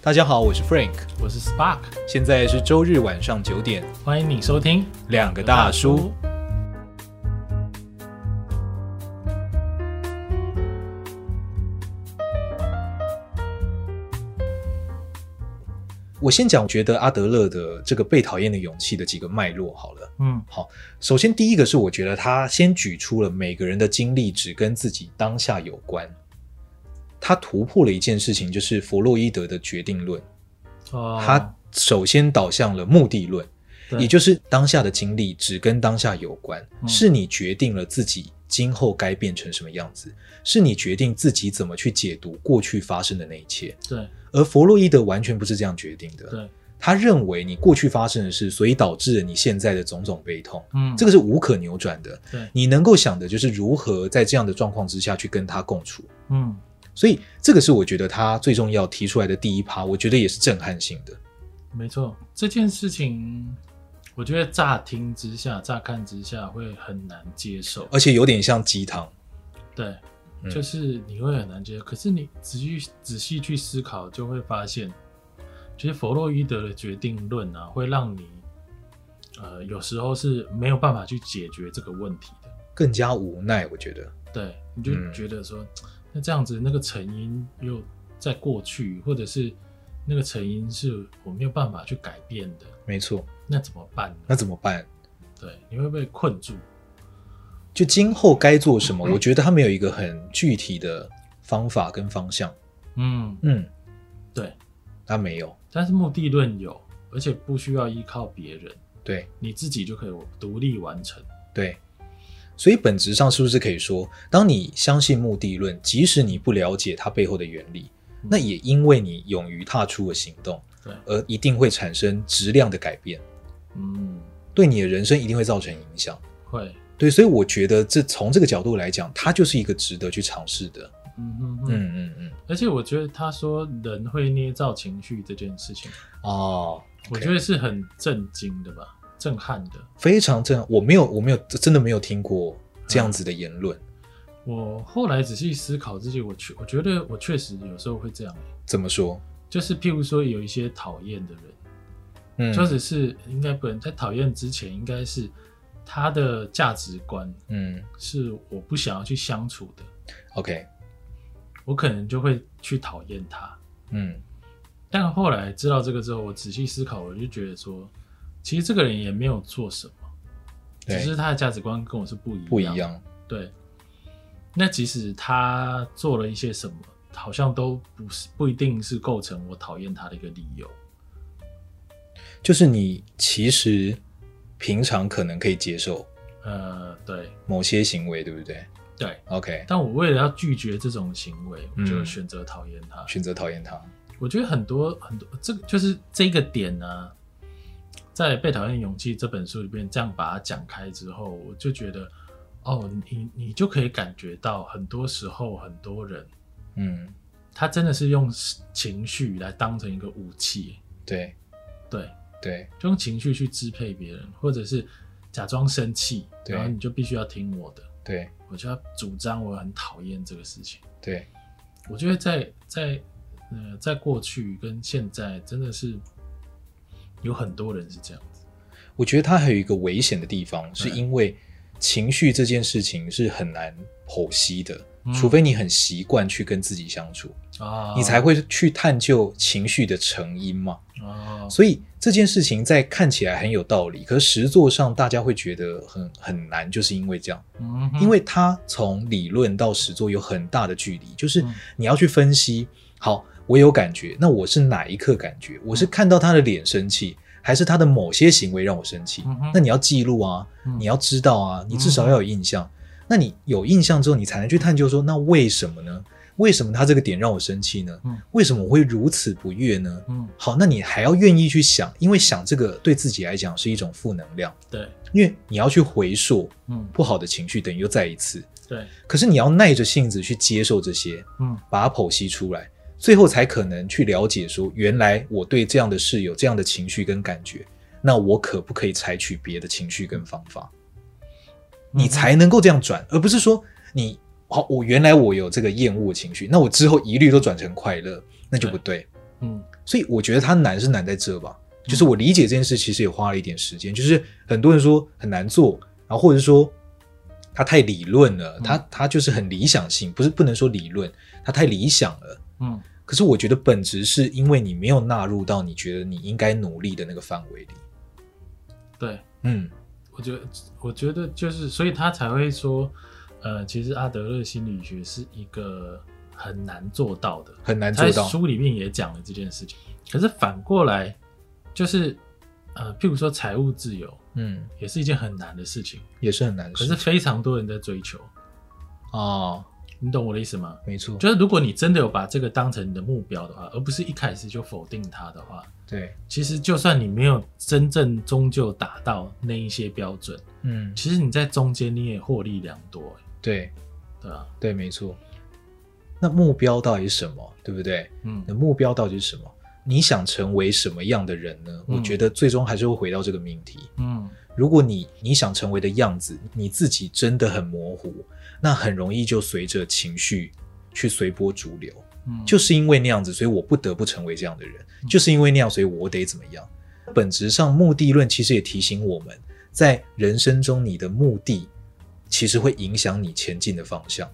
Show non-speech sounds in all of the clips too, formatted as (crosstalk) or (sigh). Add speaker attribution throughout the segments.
Speaker 1: 大家好，我是 Frank，
Speaker 2: 我是 Spark，
Speaker 1: 现在是周日晚上九点，
Speaker 2: 欢迎你收听
Speaker 1: 两个大叔。我先讲，觉得阿德勒的这个被讨厌的勇气的几个脉络好了。
Speaker 2: 嗯，
Speaker 1: 首先，第一个是我觉得他先举出了每个人的经历只跟自己当下有关，他突破了一件事情，就是弗洛伊德的决定论，
Speaker 2: 哦
Speaker 1: 他首先导向了目的论，
Speaker 2: 对
Speaker 1: 也就是当下的经历只跟当下有关，
Speaker 2: 嗯
Speaker 1: 是你决定了自己今后该变成什么样子，是你决定自己怎么去解读过去发生的那一切。
Speaker 2: 对
Speaker 1: 而弗洛伊德完全不是这样决定的，
Speaker 2: 对，
Speaker 1: 他认为你过去发生的事，所以导致了你现在的种种悲痛。
Speaker 2: 嗯，
Speaker 1: 这个是无可扭转的。
Speaker 2: 对
Speaker 1: 你能够想的就是如何在这样的状况之下去跟他共处。
Speaker 2: 嗯，
Speaker 1: 所以，这个是我觉得他最重要提出来的第一趴，我觉得也是震撼性的。
Speaker 2: 没错，这件事情，我觉得乍听之下、乍看之下会很难接受，
Speaker 1: 而且有点像鸡汤。
Speaker 2: 对，
Speaker 1: 呃嗯
Speaker 2: 就是你会很难接受。可是你仔细仔细去思考，就会发现，其实弗洛伊德的决定论啊，会让你，呃，有时候是没有办法去解决这个问题的。
Speaker 1: 更加无奈，我觉得。
Speaker 2: 对，你就
Speaker 1: 嗯
Speaker 2: 觉得说，那这样子那个成因又在过去，或者是那个成因是我没有办法去改变的，
Speaker 1: 没错，
Speaker 2: 那怎么办呢？
Speaker 1: 那怎么办？
Speaker 2: 对，你会被困住。
Speaker 1: 就今后该做什么？我觉得他没有一个很具体的方法跟方向。
Speaker 2: 嗯，
Speaker 1: 嗯，
Speaker 2: 对。
Speaker 1: 他没有。
Speaker 2: 但是目的论有，而且不需要依靠别人，
Speaker 1: 对
Speaker 2: 你自己就可以独立完成。
Speaker 1: 对。所以本质上是不是可以说，当你相信目的论，即使你不了解它背后的原理，
Speaker 2: 嗯
Speaker 1: 那也因为你勇于踏出了行动，
Speaker 2: 对
Speaker 1: 而一定会产生质量的改变，
Speaker 2: 嗯，
Speaker 1: 对你的人生一定会造成影响。
Speaker 2: 会，
Speaker 1: 对，所以我觉得这从这个角度来讲，它就是一个值得去尝试的。
Speaker 2: 嗯哼哼。
Speaker 1: 嗯嗯嗯，
Speaker 2: 而且我觉得他说人会捏造情绪这件事情
Speaker 1: 哦，
Speaker 2: 我
Speaker 1: OK
Speaker 2: 觉得是很震惊的吧，震撼的。
Speaker 1: 非常正，我没有我没有真的没有听过
Speaker 2: 嗯
Speaker 1: 这样子的言论，
Speaker 2: 我后来仔细思考自己，我确我觉得我确实有时候会这样，
Speaker 1: 怎么说？
Speaker 2: 就是譬如说有一些讨厌的人，
Speaker 1: 嗯，
Speaker 2: 就只是应该不能在讨厌之前，应该是他的价值观
Speaker 1: 嗯
Speaker 2: 是我不想要去相处的，
Speaker 1: ，OK，
Speaker 2: 我可能就会去讨厌他。
Speaker 1: 嗯
Speaker 2: 但后来知道这个之后，我仔细思考，我就觉得说，其实这个人也没有做什么，只
Speaker 1: 对
Speaker 2: 是他的价值观跟我是不一样，
Speaker 1: 不一。样，
Speaker 2: 对，那即使他做了一些什么，好像都不是不一定是构成我讨厌他的一个理由。
Speaker 1: 就是你其实平常可能可以接受
Speaker 2: 呃，对
Speaker 1: 某些行为，对不对
Speaker 2: 对，
Speaker 1: ？OK，
Speaker 2: 但我为了要拒绝这种行为，我
Speaker 1: 嗯
Speaker 2: 就选择讨厌他。
Speaker 1: 选择讨厌他，
Speaker 2: 我觉得很多很多，这个就是这个点呢、在《被讨厌的勇气》这本书里面，这样把它讲开之后，我就觉得，哦，你你就可以感觉到，很多时候很多人
Speaker 1: 嗯，
Speaker 2: 他真的是用情绪来当成一个武器，
Speaker 1: 对
Speaker 2: 对，
Speaker 1: 对
Speaker 2: 就用情绪去支配别人，或者是假装生气，
Speaker 1: 对
Speaker 2: 然后你就必须要听我的，
Speaker 1: 对
Speaker 2: 我就要主张我很讨厌这个事情。
Speaker 1: 对，
Speaker 2: 我觉得在在呃，在过去跟现在，真的是有很多人是这样子。
Speaker 1: 我觉得它还有一个危险的地方，是
Speaker 2: 对
Speaker 1: 因为情绪这件事情是很难剖析的，
Speaker 2: 嗯
Speaker 1: 除非你很习惯去跟自己相处，
Speaker 2: 啊
Speaker 1: 哦你才会去探究情绪的成因嘛。
Speaker 2: 哦，
Speaker 1: 所以这件事情在看起来很有道理，可是实作上大家会觉得很很难，就是因为这样，
Speaker 2: 嗯哼
Speaker 1: 因为它从理论到实作有很大的距离，就是
Speaker 2: 嗯
Speaker 1: 你要去分析。好，我有感觉，那我是哪一刻感觉？我是
Speaker 2: 嗯
Speaker 1: 看到他的脸生气，还是他的某些行为让我生气
Speaker 2: 嗯哼？
Speaker 1: 那你要记录啊，
Speaker 2: 嗯
Speaker 1: 你要知道啊，你至少要有印象。那你有印象之后，你才能去探究说，那为什么呢？为什么他这个点让我生气呢
Speaker 2: 嗯？
Speaker 1: 为什么我会如此不悦呢？
Speaker 2: 嗯
Speaker 1: 好，那你还要愿意去想，因为想这个对自己来讲是一种负能量，
Speaker 2: 对
Speaker 1: 因为你要去回溯
Speaker 2: 嗯
Speaker 1: 不好的情绪，等于又再一次。
Speaker 2: 对
Speaker 1: 可是你要耐着性子去接受这些，
Speaker 2: 嗯
Speaker 1: 把它剖析出来，最后才可能去了解说，原来我对这样的事有这样的情绪跟感觉，那我可不可以采取别的情绪跟方法？
Speaker 2: 嗯
Speaker 1: 你才能够这样转，而不是说你好，我原来我有这个厌恶情绪，那我之后一律都转成快乐，那就不对。
Speaker 2: 嗯
Speaker 1: 所以我觉得它难是难在这吧，就是我理解这件事其实也花了一点时间，就是很多人说很难做，然后或者说它太理论了，
Speaker 2: 嗯
Speaker 1: 它它就是很理想性，不是不能说理论，它太理想了。
Speaker 2: 嗯
Speaker 1: 可是我觉得本质是因为你没有纳入到你觉得你应该努力的那个范围里。
Speaker 2: 对，
Speaker 1: 嗯
Speaker 2: 我觉得我觉得就是，所以他才会说，呃，其实阿德勒心理学是一个很难做到的，
Speaker 1: 很难
Speaker 2: 他
Speaker 1: 做
Speaker 2: 在
Speaker 1: 到。
Speaker 2: 书里面也讲了这件事情。可是反过来，就是呃，譬如说财务自由
Speaker 1: 嗯，
Speaker 2: 也是一件很难的事情，
Speaker 1: 也是很难的
Speaker 2: 可
Speaker 1: 事。
Speaker 2: 是非常多人在追求，
Speaker 1: 啊，
Speaker 2: 你懂我的意思吗？
Speaker 1: 没错，
Speaker 2: 就是如果你真的有把这个当成你的目标的话，而不是一开始就否定它的话，
Speaker 1: 对，
Speaker 2: 其实就算你没有真正终究达到那一些标准，
Speaker 1: 嗯，
Speaker 2: 其实你在中间你也获利良多、欸
Speaker 1: 对
Speaker 2: 对啊吧、
Speaker 1: 对，没错。那目标到底是什么？对不对？
Speaker 2: 嗯
Speaker 1: 你的目标到底是什么？你想成为什么样的人呢？
Speaker 2: 嗯
Speaker 1: 我觉得最终还是会回到这个命题。
Speaker 2: 嗯
Speaker 1: 如果你你想成为的样子，你自己真的很模糊，那很容易就随着情绪去随波逐流。
Speaker 2: 嗯，
Speaker 1: 就是因为那样子，所以我不得不成为这样的人；就是因为那样，所以我得怎么样。本质上，目的论其实也提醒我们，在人生中，你的目的其实会影响你前进的方向。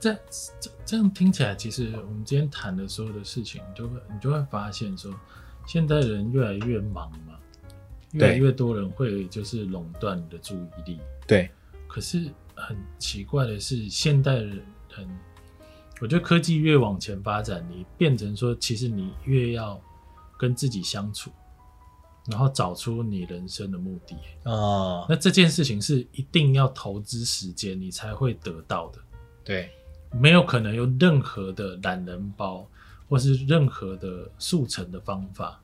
Speaker 2: 这这这样听起来，其实我们今天谈的所有的事情，你就会你就会发现说，现代人越来越忙嘛，越来
Speaker 1: 对
Speaker 2: 越多人会就是垄断你的注意力。
Speaker 1: 对，
Speaker 2: 可是很奇怪的是，现代人，我觉得科技越往前发展，你变成说，其实你越要跟自己相处，然后找出你人生的目的。
Speaker 1: 啊、
Speaker 2: 那这件事情是一定要投资时间，你才会得到的。
Speaker 1: 对，
Speaker 2: 没有可能有任何的懒人包，或是任何的速成的方法。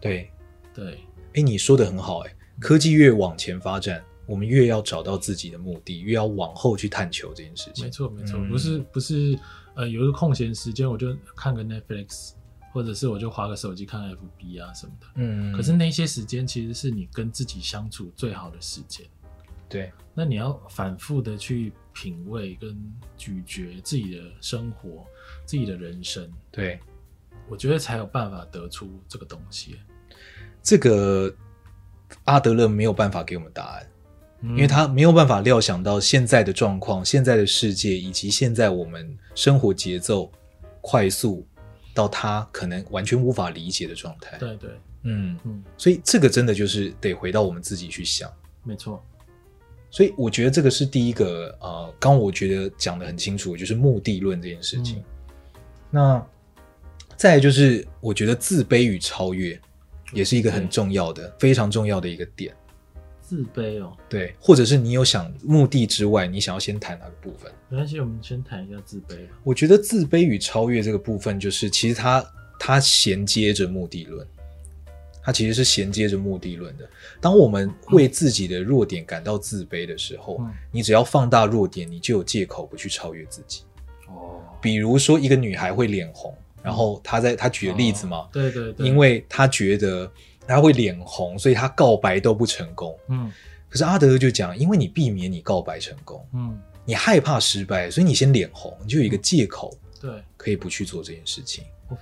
Speaker 1: 对。
Speaker 2: 对，
Speaker 1: 哎，你说的很好、诶哎，科技越往前发展，我们越要找到自己的目的，越要往后去探求这件事
Speaker 2: 没
Speaker 1: 情。
Speaker 2: 错没错，
Speaker 1: 嗯
Speaker 2: 不是不是，呃，有一个空闲时间我就看个 Netflix，或者是我就划个手机看 FB 啊什么的。
Speaker 1: 嗯
Speaker 2: 可是那些时间其实是你跟自己相处最好的时间。
Speaker 1: 对，
Speaker 2: 那你要反复的去品味跟咀嚼自己的生活、自己的人生，
Speaker 1: 对，
Speaker 2: 我觉得才有办法得出这个东西。
Speaker 1: 这个阿德勒没有办法给我们答案。
Speaker 2: 因
Speaker 1: 因为他没有办法料想到现在的状况、现在的世界以及现在我们生活节奏快速到他可能完全无法理解的状态。
Speaker 2: 对对，
Speaker 1: 嗯，
Speaker 2: 嗯，
Speaker 1: 所以这个真的就是得回到我们自己去想。
Speaker 2: 没错，
Speaker 1: 所以我觉得这个是第一个，呃，刚刚我觉得讲的很清楚，就是目的论这件事情。
Speaker 2: 嗯
Speaker 1: 那再来就是，我觉得自卑与超越也是一个很
Speaker 2: 对
Speaker 1: 重要的、非常重要的一个点。
Speaker 2: 自卑哦。
Speaker 1: 对，或者是你有想目的之外，你想要先谈哪个部分？
Speaker 2: 没关系，我们先谈一下自卑吧。
Speaker 1: 我觉得自卑与超越这个部分，就是其实它它衔接着目的论，它其实是衔接着目的论的。当我们为自己的弱点感到自卑的时候，
Speaker 2: 嗯，
Speaker 1: 你只要放大弱点，你就有借口不去超越自己。
Speaker 2: 哦，
Speaker 1: 比如说，一个女孩会脸红，然后她在她举的例子嘛
Speaker 2: 哦，对对对，
Speaker 1: 因为她觉得她会脸红，所以她告白都不成功。
Speaker 2: 嗯
Speaker 1: 可是阿德勒就讲，因为你避免你告白成功，
Speaker 2: 嗯，
Speaker 1: 你害怕失败，所以你先脸红，你就有一个借口
Speaker 2: 对
Speaker 1: 可以不去做这件事情。
Speaker 2: 我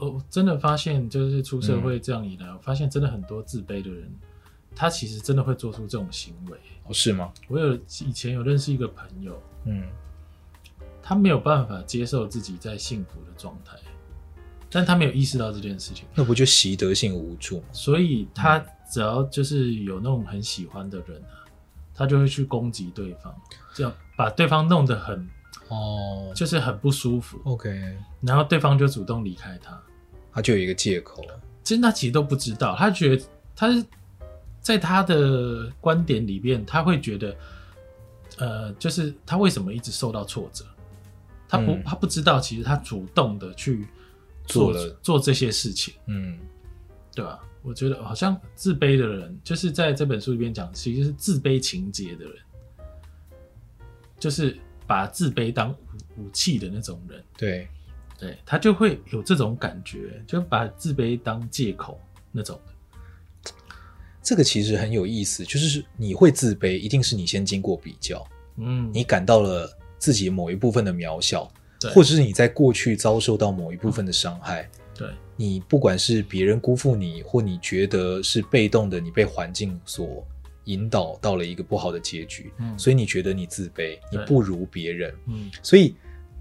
Speaker 2: 我我真的发现，就是出社会这样以来，我发现真的很多自卑的人，他其实真的会做出这种行为。
Speaker 1: 哦，是吗？
Speaker 2: 我有以前有认识一个朋友，
Speaker 1: 嗯，
Speaker 2: 他没有办法接受自己在幸福的状态，但他没有意识到这件事情，
Speaker 1: 那不就习得性无助吗？
Speaker 2: 所以他只要就是有那种很喜欢的人啊，他就会去攻击对方，这样把对方弄得很
Speaker 1: 哦
Speaker 2: 就是很不舒服。
Speaker 1: ，OK，
Speaker 2: 然后对方就主动离开他。
Speaker 1: 他就有一个借口了。
Speaker 2: 其实他其实都不知道，他觉得他是在他的观点里面，他会觉得，呃，就是他为什么一直受到挫折？他不，
Speaker 1: 嗯
Speaker 2: 他不知道，其实他主动的去
Speaker 1: 做
Speaker 2: 做
Speaker 1: 了
Speaker 2: 做这些事情，
Speaker 1: 嗯，
Speaker 2: 对吧？我觉得好像自卑的人，就是在这本书里面讲，其实是自卑情节的人，就是把自卑当武武器的那种人。
Speaker 1: 对，
Speaker 2: 对他就会有这种感觉，就把自卑当借口那种的。
Speaker 1: 这个其实很有意思，就是你会自卑，一定是你先经过比较，
Speaker 2: 嗯，
Speaker 1: 你感到了自己某一部分的渺小，
Speaker 2: 对
Speaker 1: 或者是你在过去遭受到某一部分的伤害，
Speaker 2: 对
Speaker 1: 你不管是别人辜负你，或你觉得是被动的，你被环境所引导到了一个不好的结局，
Speaker 2: 嗯
Speaker 1: 所以你觉得你自卑，你
Speaker 2: 对
Speaker 1: 不如别人。
Speaker 2: 嗯
Speaker 1: 所以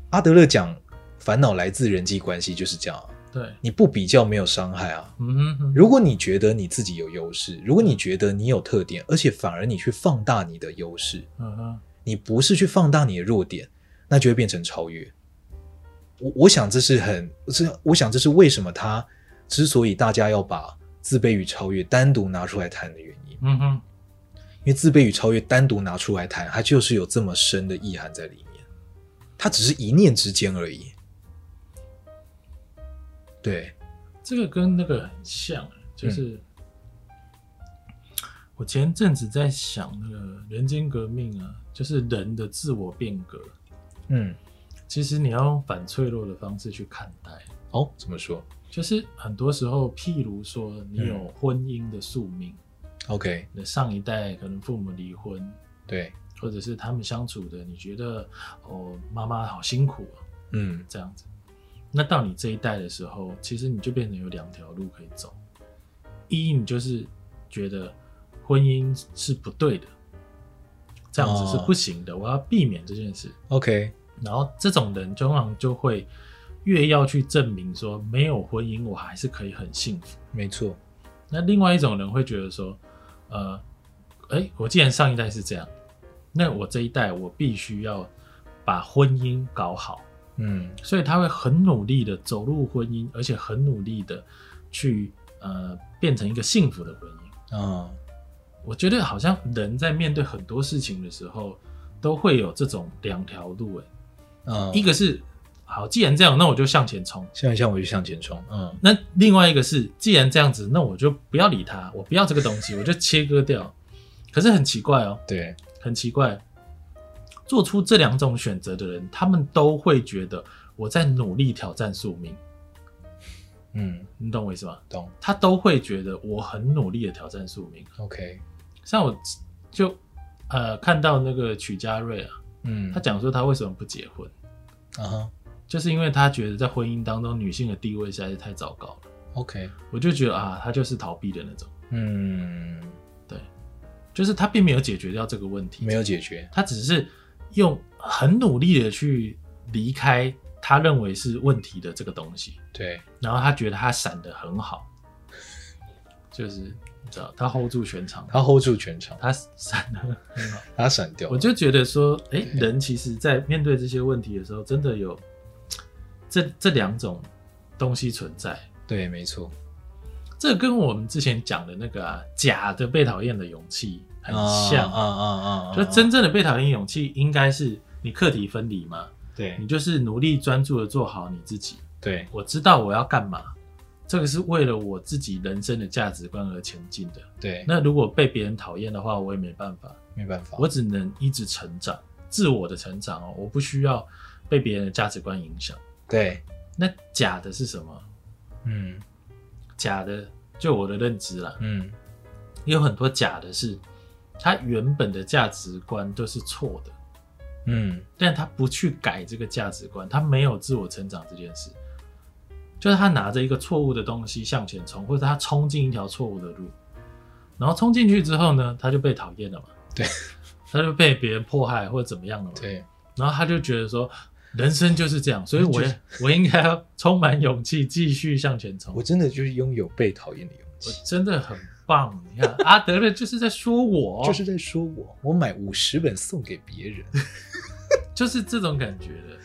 Speaker 1: 阿德勒讲烦恼来自人际关系就是这样啊，
Speaker 2: 对
Speaker 1: 你不比较没有伤害啊。
Speaker 2: 嗯哼哼
Speaker 1: 如果你觉得你自己有优势，如果你觉得你有特点，而且反而你去放大你的优势，
Speaker 2: 嗯哼
Speaker 1: 你不是去放大你的弱点，那就会变成超越。我我想这是很，这我想这是为什么他之所以大家要把自卑与超越单独拿出来谈的原因，
Speaker 2: 嗯哼
Speaker 1: 因为自卑与超越单独拿出来谈，它就是有这么深的意涵在里面，它只是一念之间而已。对，
Speaker 2: 这个跟那个很像，啊就是、我前阵子在想那个人间革命啊，就是人的自我变革，
Speaker 1: 嗯，
Speaker 2: 其实你要用反脆弱的方式去看待。
Speaker 1: 哦，怎么说
Speaker 2: 就是很多时候，譬如说你有婚姻的宿命，
Speaker 1: ？OK，
Speaker 2: 你的上一代可能父母离婚，
Speaker 1: 对，
Speaker 2: 或者是他们相处的，你觉得哦妈妈好辛苦啊
Speaker 1: 嗯
Speaker 2: 这样子。那到你这一代的时候，其实你就变成有两条路可以走，一你就是觉得婚姻是不对的，这样子是不行的，我要避免这件事。
Speaker 1: ，OK，
Speaker 2: 然后这种人通常就会越要去证明说没有婚姻我还是可以很幸福。
Speaker 1: 没错，
Speaker 2: 那另外一种人会觉得说，呃，哎，我既然上一代是这样，那我这一代我必须要把婚姻搞好，
Speaker 1: 嗯
Speaker 2: 所以他会很努力的走入婚姻，而且很努力的去呃变成一个幸福的婚姻。
Speaker 1: 啊，
Speaker 2: 我觉得好像人在面对很多事情的时候，都会有这种两条路、诶
Speaker 1: 嗯，
Speaker 2: 一个是好，既然这样，那我就向前冲。
Speaker 1: 像一像我就向前冲，嗯
Speaker 2: 那另外一个是，既然这样子，那我就不要理他，我不要这个东西，我就切割掉。可是很奇怪哦，
Speaker 1: 对，
Speaker 2: 很奇怪，做出这两种选择的人，他们都会觉得我在努力挑战宿命，
Speaker 1: 嗯，
Speaker 2: 你懂我意思吗？
Speaker 1: 懂
Speaker 2: 他都会觉得我很努力的挑战宿命。
Speaker 1: ，OK，
Speaker 2: 像我就呃看到那个曲家瑞啊，
Speaker 1: 嗯，
Speaker 2: 他讲说他为什么不结婚，
Speaker 1: 啊哈
Speaker 2: 就是因为他觉得在婚姻当中女性的地位实在是太糟糕了。
Speaker 1: ，OK，
Speaker 2: 我就觉得啊，他就是逃避的那种。
Speaker 1: 嗯，
Speaker 2: 就是他并没有解决掉这个问题，
Speaker 1: 没有，解决，
Speaker 2: 他只是用很努力的去离开他认为是问题的这个东西，
Speaker 1: 对，
Speaker 2: 然后他觉得他闪得很好，就是你知道他 hold 住全场，
Speaker 1: 他 hold 住全场，
Speaker 2: 他 (laughs) 闪得很好，
Speaker 1: 他闪掉了，
Speaker 2: 我就觉得说，哎、
Speaker 1: 对
Speaker 2: 人其实在面对这些问题的时候，真的有这这两种东西存在。
Speaker 1: 对，没错，
Speaker 2: 这跟我们之前讲的那个、啊、假的被讨厌的勇气很像
Speaker 1: 啊啊啊，啊
Speaker 2: 就真正的被讨厌勇气，应该是你课题分离嘛，
Speaker 1: 对
Speaker 2: 你就是努力专注的做好你自己。
Speaker 1: 对，
Speaker 2: 我知道我要干嘛，这个是为了我自己人生的价值观而前进的。
Speaker 1: 对，
Speaker 2: 那如果被别人讨厌的话，我也没办法，
Speaker 1: 没办法，
Speaker 2: 我只能一直成长，自我的成长哦，我不需要被别人的价值观影响。
Speaker 1: 对，
Speaker 2: 那假的是什么？
Speaker 1: 嗯
Speaker 2: 假的，就我的认知啦，
Speaker 1: 嗯，
Speaker 2: 也有很多假的是，他原本的价值观都是错的。
Speaker 1: 嗯
Speaker 2: 但他不去改这个价值观，他没有自我成长这件事，就是他拿着一个错误的东西向前冲，或者他冲进一条错误的路，然后冲进去之后呢，他就被讨厌了嘛，
Speaker 1: 对，
Speaker 2: 他就被别人迫害或者怎么样了嘛，
Speaker 1: 对，
Speaker 2: 然后他就觉得说，人生就是这样，所以我
Speaker 1: 就是
Speaker 2: 也我应该要充满勇气继续向前冲，
Speaker 1: 我
Speaker 2: 我
Speaker 1: 真的就是拥有被讨厌的勇气，
Speaker 2: 真的很棒，你看阿德勒就是在说我，
Speaker 1: 哦就是在说我，我买五十本送给别人，
Speaker 2: 就是这种感觉的。